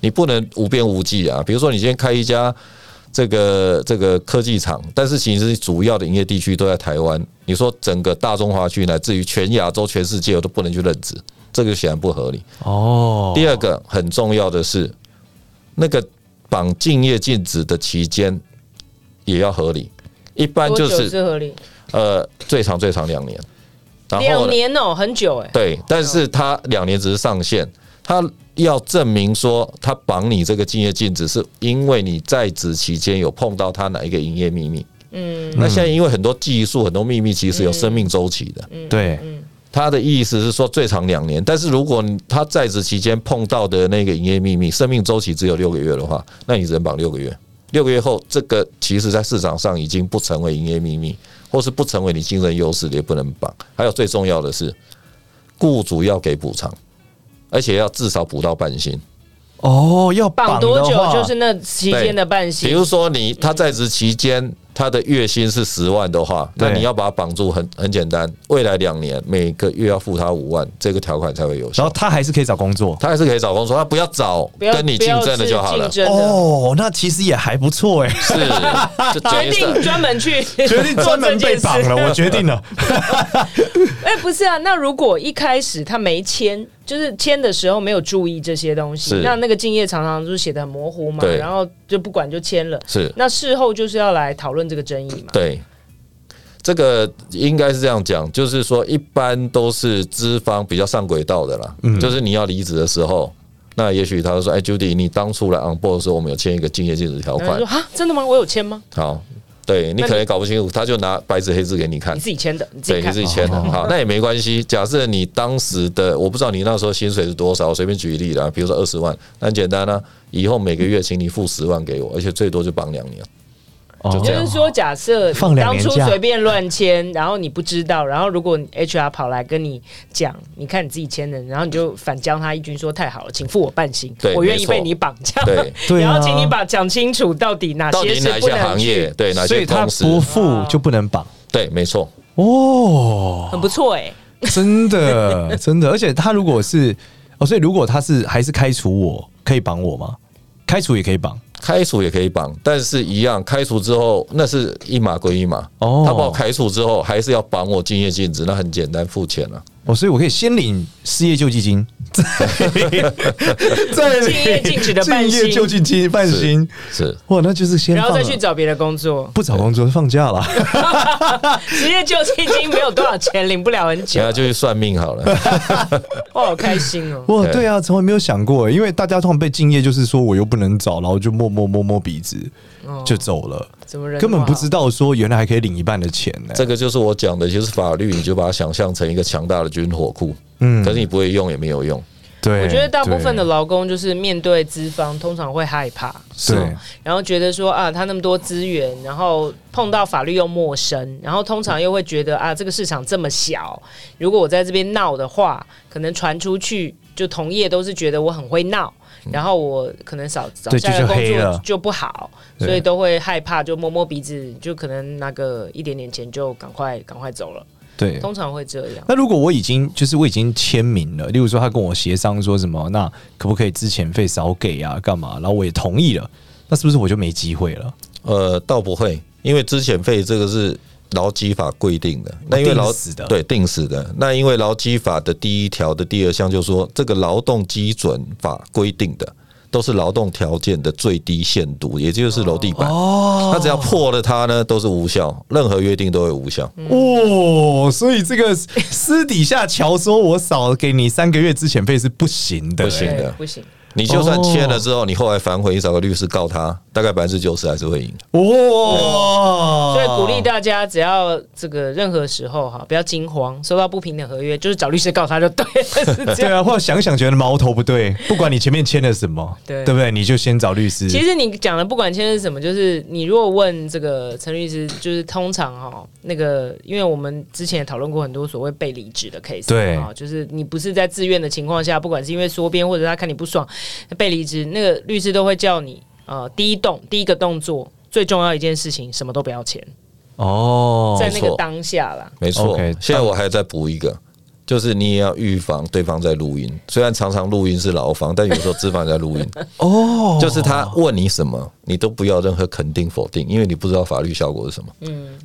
S3: 你不能无边无际啊。比如说你今天开一家。这个这个科技厂，但是其实主要的营业地区都在台湾。你说整个大中华区，乃至于全亚洲、全世界，我都不能去任职，这个显然不合理。
S1: 哦，
S3: 第二个很重要的是，那个绑竞业禁止的期间也要合理，一般
S2: 多
S3: 就
S2: 久
S3: 是
S2: 是合理？
S3: 呃最长最长两年，然后
S2: 两
S3: 呢，
S2: 年哦，很久哎。
S3: 对，但是他两年只是上限，他要证明说他绑你这个竞业禁止是因为你在职期间有碰到他哪一个营业秘密。
S2: 嗯
S3: 那现在因为很多技术、很多秘密其实有生命周期的，
S2: 嗯，
S1: 对
S2: 嗯，
S3: 他的意思是说最长两年，但是如果你他在职期间碰到的那个营业秘密，生命周期只有六个月的话，那你只能绑六个月。六个月后，这个其实在市场上已经不成为营业秘密，或是不成为你竞争优势，也不能绑。还有最重要的是，雇主要给补偿，而且要至少补到半薪。
S1: 哦，要
S2: 绑
S1: 绑
S2: 多
S1: 的
S2: 久
S1: 话
S2: 就是那期间的半薪。
S3: 比如说你他在职期间他的月薪是十万的话，
S1: 对
S3: 那你要把它绑住很很简单，未来两年每个月要付他五万，这个条款才会有效
S1: 然后。他还是可以找工作。
S3: 他还是可以找工作，他不要找
S2: 不要
S3: 跟你竞争的就好了
S2: 不要是。竞争的
S1: 哦，那其实也还不错 哎、
S3: 是， 就
S2: 决定专门 去
S1: 决定专门被绑
S2: 做这件事
S1: 了， 我决定 了。
S2: 哎、不是啊，那如果一开始他没签，就是签的时候没有注意这些东西
S3: 是，
S2: 那那个竞业常常就是写的很模糊嘛，
S3: 对
S2: 然后就不管就签了。
S3: 是
S2: 那事后就是要来讨论这个争议嘛。
S3: 对。这个应该是这样讲，就是说一般都是资方比较上轨道的啦，就是你要离职的时候，那也许他就说：“哎，Judy，你当初来 on board 的时候，我们有签一个竞业禁止条
S2: 然后
S3: 款
S2: 就说。哈，真的吗？我有签吗？”
S3: 好，对你可能也搞不清楚，他就拿白纸黑字给你看
S2: 你，自己签的，你自
S3: 对，
S2: 己
S3: 你
S2: 看
S3: 自。己签的。
S1: 哦
S3: 好，那也没关系。假设你当时的，我不知道你那时候薪水是多少，我随便举例啦，比如说二啊十万，那很简单啦、以后每个月请你付十万给我，而且最多就绑两年。就
S2: 就
S3: 这样
S1: 哦
S2: 是。说，假设
S1: 放
S2: 你
S1: 两
S2: 当
S1: 年
S2: 初
S1: 假
S2: 随便乱签，然后你不知道，然后如果你 HR 跑来跟你讲，你看你自己签的，然后你就反将他一军说太好了，请付我半薪
S3: 对，
S2: 我愿
S3: 没
S2: 意
S3: 错
S2: 被你绑架。
S3: 对，
S1: 对
S2: 然
S1: 啊
S2: 后请你把讲清楚到底哪
S3: 到
S2: 些
S3: 底
S2: 是
S3: 哪
S2: 不
S3: 些
S2: 能
S3: 行
S2: 去
S3: 业，对哪
S1: 所
S3: 些
S1: 以他
S3: 公司，
S1: 不付就不能绑
S3: 对，没错，
S1: 哦，
S2: 很不错哎、
S1: 真的真的，而且他如果是哦，所以如果他是还是开除我，可以绑我吗？开除也可以绑
S3: 开除也可以绑，但是一样，开除之后那是一码归一码。
S1: 哦
S3: 他把我开除之后，还是要绑我竞业禁止，那很简单，付钱啊了、
S1: 哦，所以我可以先领失业救济 金，再领
S2: 敬业禁止的半薪
S1: 敬业救济金半薪，
S3: 是
S1: 哇，那就是先
S2: 然后
S1: 放
S2: 再
S1: 了
S2: 去找别的工作，
S1: 不找工作放假 了。
S2: 职业救济金没有多少钱，领不了很久
S3: 然，后就去算命好了。
S2: 我好开心哦。
S1: 哇，
S3: 对
S1: 对啊，从来没有想过，因为大家通常被敬业就是说我又不能找，然后就默默摸摸鼻子
S2: 哦
S1: 就走了，
S2: 怎么人
S1: 根本不知
S2: 道
S1: 道说原来还可以领一半的钱呢、
S3: 这个就是我讲的，就是法律，你就把它想象成一个强大的军火库，
S1: 嗯
S3: 可是你不会用也没有用。
S1: 对，
S2: 我觉得大部分的
S1: 对
S2: 劳工就是面对资方，通常会害怕，
S1: 对
S2: 然后觉得说啊，他那么多资源，然后碰到法律又陌生，然后通常又会觉得啊，这个市场这么小，如果我在这边闹的话，可能传出去就同业都是觉得我很会闹，然后我可能少找
S1: 嗯对
S2: 下一
S1: 就
S2: 个
S1: 就
S2: 工
S1: 黑了
S2: 作就不好，
S1: 对
S2: 所以都会害怕，就摸摸鼻子，就可能拿个一点点钱就赶快赶快走了，
S1: 对。
S2: 通常会这样。
S1: 那如果我已经就是我已经签名了，例如说他跟我协商说什么，那可不可以之前费少给啊，干嘛？然后我也同意了，那是不是我就没机会了？
S3: 呃，倒不会，因为之前费这个是劳基法规定的，那因为劳
S1: 哦定死的
S3: 对定死的，那因为劳基法的第一条的第二项就说，这个劳动基准法规定的都是劳动条件的最低限度，也就是楼地板。
S1: 哦
S3: 那只要破了它呢，都是无效，任何约定都会无效。
S2: 嗯
S1: 哦，所以这个私底下乔说我少给你三个月之前费是不行的、
S3: 不行
S1: 欸
S3: 的
S2: 对，不行，
S3: 你就算签了之后，你后来反悔，你找个律师告他，大概百分之九十还是会赢。
S1: 哇！
S2: 所以鼓励大家，只要这个任何时候哈，不要惊慌，收到不平等合约，就是找律师告他就对了，是这
S1: 对
S2: 样。
S1: 啊，或者想想觉得矛头不对，不管你前面签了什么，
S2: 对
S1: 对不对？你就先找律
S3: 嗯
S1: 师。
S2: 其实你讲的不管签是什么，就是你如果问这个陈律师，就是通常哈，那个因为我们之前也讨论过很多所谓被离职的 case，
S1: 对
S2: 啊，就是你不是在自愿的情况下，不管是因为缩编或者他看你不爽被离职，那个律师都会叫你呃，第一动第一个动作最重要一件事情，什么都不要签，
S1: 哦，
S2: 在那
S3: 没
S2: 个
S3: 错
S2: 当下啦。
S3: 没错
S1: OK，，
S3: 现在我还在补一个，就是你也要预防对方在录音。虽然常常录音是牢房，但有时候资方在录音，
S1: 哦，
S3: 就是他问你什么，你都不要任何肯定否定，因为你不知道法律效果是什么。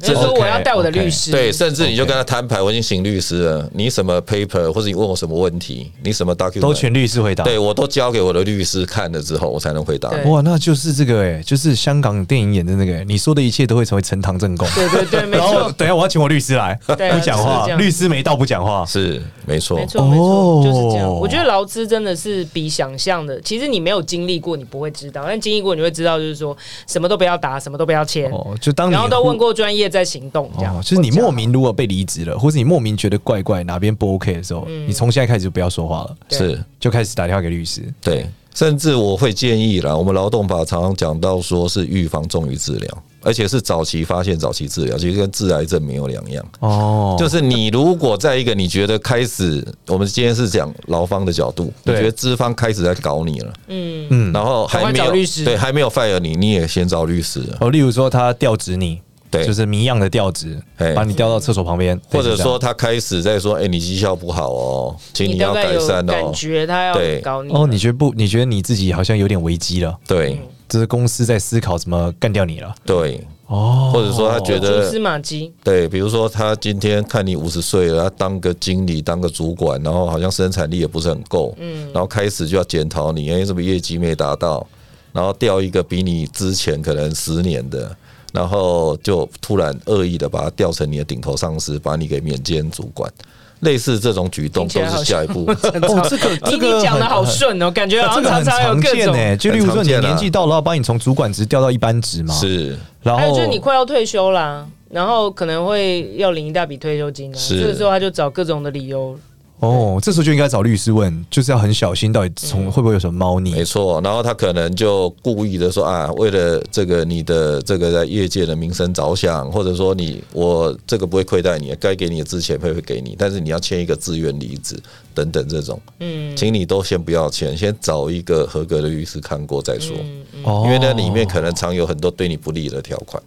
S2: 所以说我要带我的律师，
S3: 对，甚至你就跟他摊牌，我已经请律师了，你什么 paper 或者你问我什么问题，你什么 document
S1: 都全律师回答。
S3: 对我都交给我的律师看了之后，我才能回答。
S2: 对
S1: 哇，那就是这个哎、就是香港电影演的那个、欸，你说的一切都会成为呈堂证供。
S2: 对对对，没
S1: 然后
S2: 错，
S1: 等一下我要请我律师来，
S2: 对啊
S1: 不 讲
S2: 就是
S1: 话
S2: 这，样
S1: 律师没到不讲话。
S3: 是没错
S2: 没，错，没错，就是这样。
S1: 哦
S2: 我觉得劳资真的是比想象的，其实你没有经历过，你不会知道；但经历过，你会知道，就是说什么都不要打，什么都不要签，
S1: 哦，就当你
S2: 然后都问过专业再行动，这样。
S1: 哦，就是你莫名如果被离职了，或是你莫名觉得怪怪哪边不 OK 的时候，你从现在开始就不要说话了，
S2: 嗯对
S3: 是
S1: 就开始打电话给律师。
S3: 对，甚至我会建议啦，我们劳动法常常讲到说是预防重于治疗，而且是早期发现、早期治疗，其实跟致癌症没有两样。
S1: 哦，
S3: 就是你如果在一个你觉得开始，我们今天是讲劳方的角度，你
S1: 对
S3: 觉得资方开始在搞你了，
S2: 嗯，
S1: 嗯，
S3: 然后还
S2: 赶
S3: 没
S2: 快
S3: 有
S2: 找律师
S3: 对，还没有 fire 你，你也先找律师了，
S1: 哦，例如说他调职你，
S3: 对
S1: 就是谜样的调职
S3: 嘿，
S1: 把你调到厕所旁边，
S3: 或
S1: 类
S3: 者
S1: 似这样
S3: 说他开始在说，哎，你绩效不好哦，请
S2: 你
S3: 你
S2: 大
S3: 要
S2: 概
S3: 改
S2: 有
S3: 善
S2: 感
S3: 哦，
S2: 觉他要
S3: 对
S2: 搞你
S1: 哦，你觉得不？你觉得你自己好像有点危机了，
S3: 对
S2: 嗯
S1: 就是公司在思考怎么干掉你了。
S3: 对，
S1: 哦，
S3: 或者说他觉
S2: 蛛
S3: 得
S2: 丝马迹，
S3: 对，比如说他今天看你五十岁了，他当个经理、当个主管，然后好像生产力也不是很够，嗯，然后开始就要检讨你，哎，什么业绩没达到，然后调一个比你之前可能十年的，然后就突然恶意的把他调成你的顶头上司，把你给免兼主管，类似这种举动
S2: 听起
S3: 都
S2: 来
S3: 是下一步。
S1: 哦，这 个
S2: 你
S1: 这
S2: 你
S1: 个
S2: 讲的
S1: 很
S2: 好顺哦，感觉好
S1: 这
S2: 像
S1: 个
S2: 常
S1: 很
S2: 常有
S1: 常
S2: 各
S1: 见欸
S2: 种
S1: 呢、。就例如说
S3: 很常
S1: 你
S3: 见啊
S1: 年纪到了，要把你从主管职调到一般职嘛，，
S3: 是哦
S1: 然
S2: 还有
S1: 后
S2: 就是你快要退休啦，然后可能会要领一大笔退休金啊，
S3: 是
S2: 这个时候他就找各种的理由
S1: 哦，这时候就应该找律师问，就是要很小心，到底从会不会有什么猫腻
S3: 没？错，然后他可能就故意的说啊，为了这个你的这个在业界的名声着想，或者说你我这个不会亏待你，该给你的之前会会给你，但是你要签一个自愿离职等等这种，嗯，请你都先不要签，先找一个合格的律师看过再说，
S2: 嗯
S1: 哦
S3: 因为那里面可能藏有很多对你不利的条款。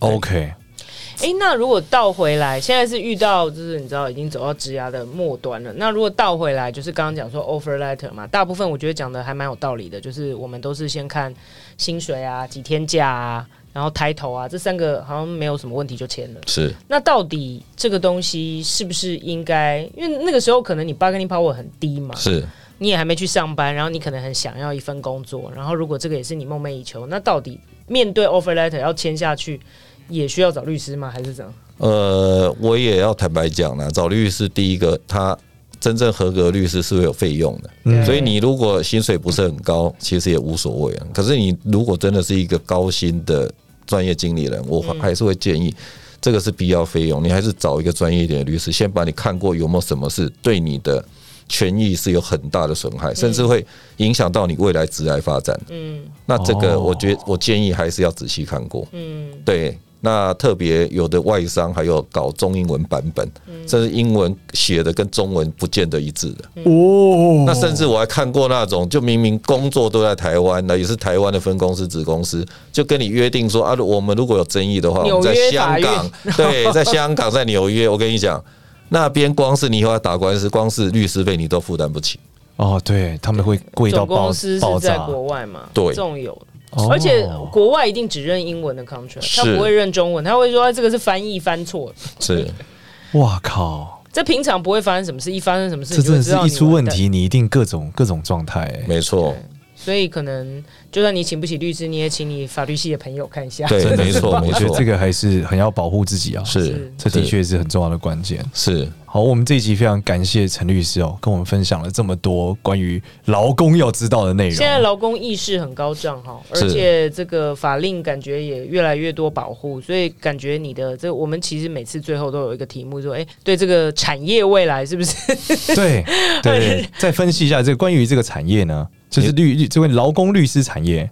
S1: 哦 OK，
S2: 哎、那如果倒回来，现在是遇到就是你知道已经走到职涯的末端了。那如果倒回来，就是刚刚讲说 offer letter 嘛，大部分我觉得讲的还蛮有道理的，就是我们都是先看薪水啊、几天假啊，然后抬头啊，这三个好像没有什么问题就签了。
S3: 是，
S2: 那到底这个东西是不是应该？因为那个时候可能你 bargaining power 很低嘛，
S3: 是，
S2: 你也还没去上班，然后你可能很想要一份工作，然后如果这个也是你梦寐以求，那到底面对 offer letter 要签下去，也需要找律师吗？还是怎样？
S3: 呃，我也要坦白讲啦，找律师第一个，他真正合格的律师是会有费用的，
S2: 嗯
S3: 所以你如果薪水不是很高，其实也无所谓啊。可是你如果真的是一个高薪的专业经理人，我还是会建议。这个是必要费用，你还是找一个专业一点的律师，先把你看过有没有什么是对你的权益是有很大的损害，甚至会影响到你未来职业发展。嗯，那这个
S1: 哦
S3: 我觉我建议还是要仔细看过。嗯，对。那特别有的外商还有搞中英文版本，
S2: 嗯
S3: 甚至英文写的跟中文不见得一致的。
S1: 哦，
S3: 嗯那甚至我还看过那种，就明明工作都在台湾的，也是台湾的分公司、子公司，就跟你约定说啊，我们如果有争议的话，我们在
S2: 纽约法
S3: 香
S2: 院
S3: 港， 对，在香港，在纽约，我跟你讲，那边光是你以后要打官司，光是律师费你都负担不起。
S1: 哦，对他们会贵到
S2: 总
S1: 爆
S2: 公司
S1: 爆
S2: 是在
S1: 炸，
S2: 国外嘛？
S3: 对
S2: 纵有。
S1: 哦
S2: 而且国外一定只认英文的 contract，他
S3: 是
S2: 不会认中文，他会说哎这个是翻译翻错，
S3: 是，
S1: 哇靠，
S2: 这平常不会发生什么事，一发生什么事
S1: 这
S2: 你就
S1: 真
S2: 会
S1: 的
S2: 知
S1: 是
S2: 道
S1: 一
S2: 你
S1: 出问
S2: 完蛋，
S1: 题，你一定各种各种状态、欸
S3: 没错，
S2: 所以可能就算你请不起律师，你也请你法律系的朋友看一下。
S3: 对
S1: 真的
S3: 没
S1: 是
S3: 错
S1: 我
S3: 没
S1: 觉得
S3: 错
S1: 这个还是很要保护自己啊，
S3: 是，
S1: 这的确是很重要的关键。
S3: 是，
S1: 好，我们这一集非常感谢陈律师哦，跟我们分享了这么多关于劳工要知道的内容。
S2: 现在劳工意识很高涨哈，而
S3: 是
S2: 且这个法令感觉也越来越多保护，所以感觉你的这我们其实每次最后都有一个题目说，哎、对这个产业未来是不 是？
S1: 对对对， 再分析一下这个关于这个产业呢，就是律律这位劳工律师产业，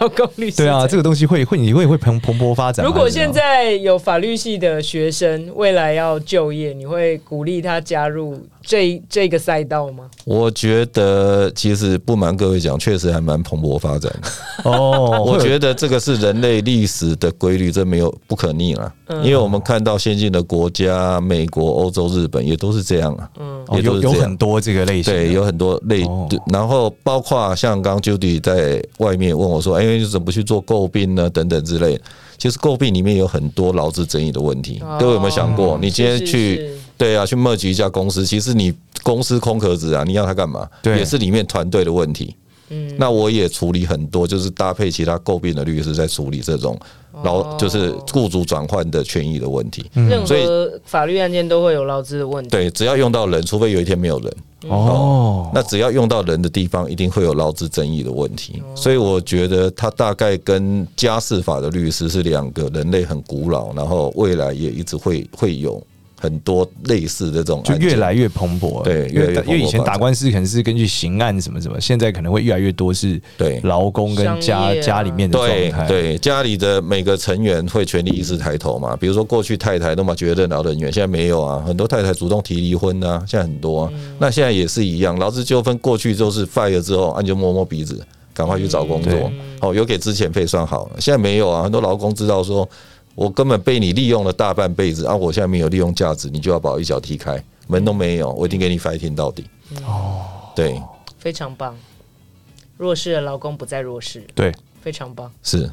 S2: 劳工律师
S1: 对啊，
S2: 产
S1: 这个东西会会你会会蓬蓬勃发展吗。
S2: 如果
S1: 还是啊怎么
S2: 现
S1: 样
S2: 在有法律系的学生未来要就业，你会鼓励他加入这这个赛道吗？
S3: 我觉得其实不瞒各位讲，确实还蛮蓬勃发展的。
S1: 哦，
S3: 我
S1: 得
S3: 觉得这个是人类历史的规律，这没有不可逆了。因为我们看到先进的国家，美国、欧洲、日本也都是这样啊，也
S1: 哦有
S3: 都是这
S1: 有
S3: 样
S1: 很多这个类型的，
S3: 对，有很多类
S1: 哦。
S3: 然后包括像刚 Judy 在外面问我说：“哎，你怎么不去做诟病呢？”等等之类的。其实诟病里面有很多劳资争议的问题
S2: 哦，
S3: 各位有没有想
S1: 嗯
S3: 过？你今天
S2: 是是
S3: 去
S2: 是
S3: 对啊，去 merge 一家公司，其实你公司空壳子啊，你要它干嘛？
S1: 对
S3: 也是里面团队的问题。嗯，那我也处理很多，就是搭配其他诟病的律师在处理这种
S2: 哦
S3: 劳，就是雇主转换的权益的问题。
S1: 嗯
S2: 任
S3: 所以
S2: 何法律案件都会有劳资的问题。
S3: 对，只要用到人，除非有一天没有人，
S1: 哦，
S3: 那只要用到人的地方，一定会有劳资争议的问题。
S1: 哦
S3: 所以我觉得它大概跟家事法的律师是两个人类很古老，然后未来也一直会会有很多类似的这种
S1: 就
S3: 案件，
S1: 越来越蓬勃了。
S3: 对
S1: 因为
S3: 越来越
S1: 因为以前
S3: 蓬勃发展
S1: 打官司可能是根据刑案什么什么，现在可能会越来越多是
S3: 对
S1: 劳工跟
S2: 商
S1: 家
S2: 业啊
S1: 家里面的状
S3: 对
S1: 态。
S3: 对，家里的每个成员会全力意识抬头嘛。比如说过去太太都嘛觉得任劳任怨，现在没有啊，很多太太主动提离婚啊，现在很多啊。
S1: 嗯
S3: 那现在也是一样，劳资纠纷过去就是 fire 之后，啊你就摸摸鼻子，赶快去找工作
S1: 对，
S3: 哦，有给之前费算好了，现在没有啊，很多劳工知道说。我根本被你利用了大半辈子啊！我现在没有利用价值，你就要把我一脚踢开，门都没有，我一定给你 fighting 到底。
S1: 嗯
S3: 哦，对，
S2: 非常棒。弱势的劳工不再弱势，
S1: 对
S2: 非常棒。
S3: 是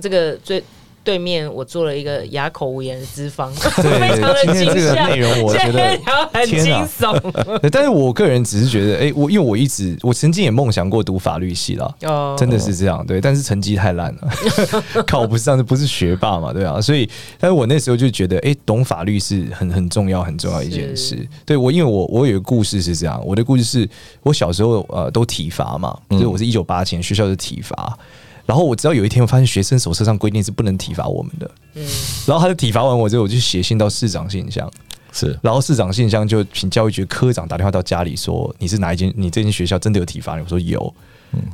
S2: 这个最对面我做了一个哑口无言的 资方，
S1: 对
S2: 非常的
S1: 今天
S2: 惊
S1: 这个内
S2: 吓。
S1: 容我觉得
S2: 今天聊得很
S1: 天
S2: 惊
S1: 啊
S2: 悚
S1: 对但是我个人只是觉得，哎、我因为我一直我曾经也梦想过读法律系啦，
S2: 哦，
S1: 真的是这样，对，但是成绩太烂了，考不上，不是学霸嘛，对啊，所以，但是我那时候就觉得，哎、懂法律是很很重要、很重要一件事。对我，因为我我有一个故事是这样，我的故事是我小时候呃都体罚嘛，就是我是一九八前学校是体罚，然后我直到有一天我发现学生手册上规定是不能体罚我们的，然后他就体罚完我之后，我就写信到市长信箱，
S3: 是
S1: 然后市长信箱就请教育局科长打电话到家里说：“你是哪一间？你这间学校真的有体罚你？”我说有。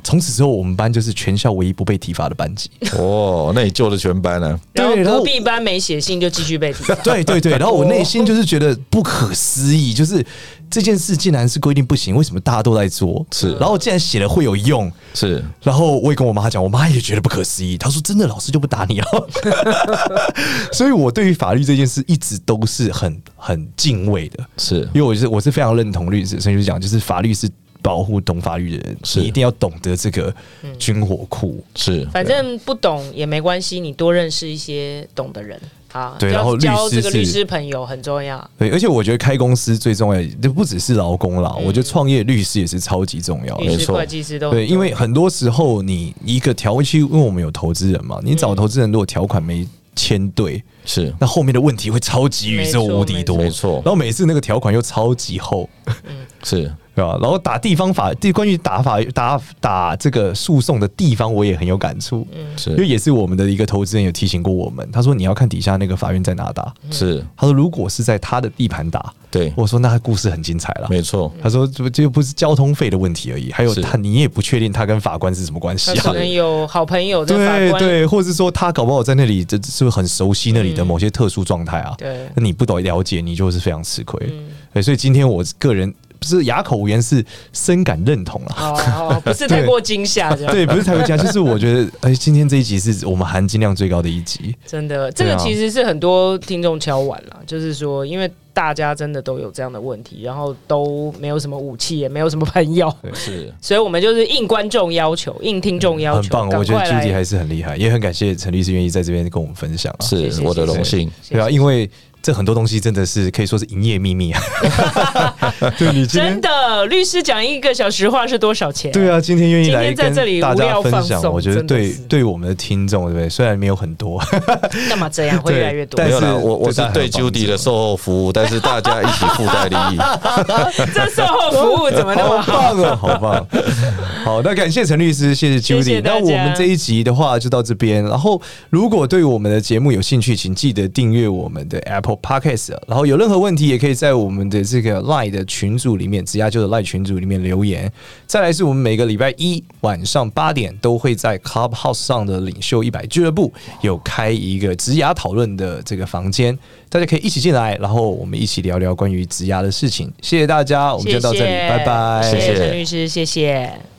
S1: 从此之后，我们班就是全校唯一不被体罚的班级。
S3: 哦，那你救了全班啊！
S2: 然
S1: 对然后
S2: 后隔壁班没写信就继续 被提醒
S1: 对对对，然后我内心就是觉得不可思议，就是这件事竟然是规定不行，为什么大家都在做？
S3: 是
S1: 然后我竟然写了会有用，
S3: 是
S1: 然后我也跟我妈讲，我妈也觉得不可思议，她说：“真的，老师就不打你 了。”所以，我对于法律这件事一直都是很很敬畏的，
S3: 是
S1: 因为我是我是非常认同律师，所以就讲，就是法律是保护懂法律的人，
S3: 是
S1: 你一定要懂得这个
S3: 嗯
S1: 军火库。
S3: 是，
S2: 反正不懂也没关系，你多认识一些懂的人啊。
S1: 对
S2: 交
S1: 然后律师
S2: 交这个
S1: 是哦
S2: 律师朋友很重要。
S1: 对，而且我觉得开公司最重要，这不只是劳工
S3: 嗯
S1: 啦，我觉得创业律师也是超级重要的。
S2: 律
S3: 没
S2: 师、
S3: 错
S2: 会计师都很
S1: 对，因为很多时候你一个条期，因为我们有投资人嘛，
S3: 嗯
S1: 你找投资人如果条款没签对，
S3: 是
S1: 那后面的问题会超级宇宙无敌多，
S3: 没错没错
S1: 然后每次那个条款又超级厚，
S3: 是
S1: 对吧？然后打地方法，地关于打法打打这个诉讼的地方，我也很有感触，
S3: 嗯
S1: 因为
S3: 是
S1: 也是我们的一个投资人有提醒过我们，他说你要看底下那个法院在哪打，
S3: 是，
S1: 他说如果是在他的地盘打，
S3: 对，
S1: 我说那故事很精彩了。
S3: 没错，
S1: 他说：“这这又不是交通费的问题而已，还有
S3: 是
S1: 他，你也不确定他跟法官是什么关系
S2: 他
S1: 啊
S2: 可？能有好朋友的法
S1: 对
S2: 官，
S1: 对，或者是说他搞不好在那里，这是不是很熟悉那里
S3: 嗯
S1: 的某些特殊状态啊？
S2: 对嗯
S1: 那你不懂了解，你就是非常吃亏。对，所以今天我个人不是哑口无言，是深感认同了。
S2: 哦哦，不是太过惊吓这样。
S1: 对，不是台湾家，就是我觉得，哎，今天这一集是我们含金量最高的一集。
S2: 真的，这
S1: 对
S2: 个
S1: 啊
S2: 其实是很多听众敲碗了，就是说，因为大家真的都有这样的问题，然后都没有什么武器，也没有什么朋友，
S3: 是
S2: 所以我们就是应观众要求，应听众
S1: 嗯
S2: 要
S1: 很
S2: 求，
S1: 棒，
S2: 赶
S1: 我觉得
S2: 快
S1: Judy
S2: 来
S1: 还是很厉害，也很感谢陈律师愿意在这边跟我们分享啊。
S2: 谢
S3: 是
S2: 谢
S3: 我的
S2: 谢谢
S3: 荣幸，
S2: 谢谢
S1: 对啊，因为这很多东西真的是可以说是营业秘密啊。 对你今天
S2: 真的，律师讲一个小时话是多少钱？
S1: 对啊，今天愿意
S2: 今
S1: 来
S2: 天在
S1: 跟
S2: 这里
S1: 大
S2: 无
S1: 家
S2: 聊
S1: 分
S2: 放
S1: 享，
S2: 松
S1: 我觉得
S2: 真的
S1: 对
S2: 是
S1: 对我们的听众，对不对？虽然没有很多，
S2: 干嘛这样？会
S1: 对
S2: 越来越多
S1: 但
S3: 没。有
S1: 是
S3: 啦，我我
S1: 对
S3: 是
S1: 大家
S3: 对
S1: 很有帮
S3: Judy 的
S1: 助
S3: 售后服务，但是大家一起附带利益。
S2: 这售后服务怎么那么好？
S1: 棒哦，好棒！好，那感谢陈律师，谢谢 Judy
S2: 谢谢大
S1: 那
S2: 家
S1: 我们这一集的话就到这边。然后，如果对我们的节目有兴趣，请记得订阅我们的 Apple Podcast。然后有任何问题，也可以在我们的这个 Line 的群组里面，职涯就的 Line 群组里面留言。再来是我们每个礼拜一晚上八点都会在 Clubhouse 上的领袖一百俱乐部有开一个职涯讨论的这个房间，大家可以一起进来，然后我们一起聊聊关于职涯的事情。谢谢大家，我们就到这里，
S2: 谢谢
S1: 拜拜，
S2: 谢
S3: 谢
S2: 谢
S3: 谢
S2: 陈律师，谢谢。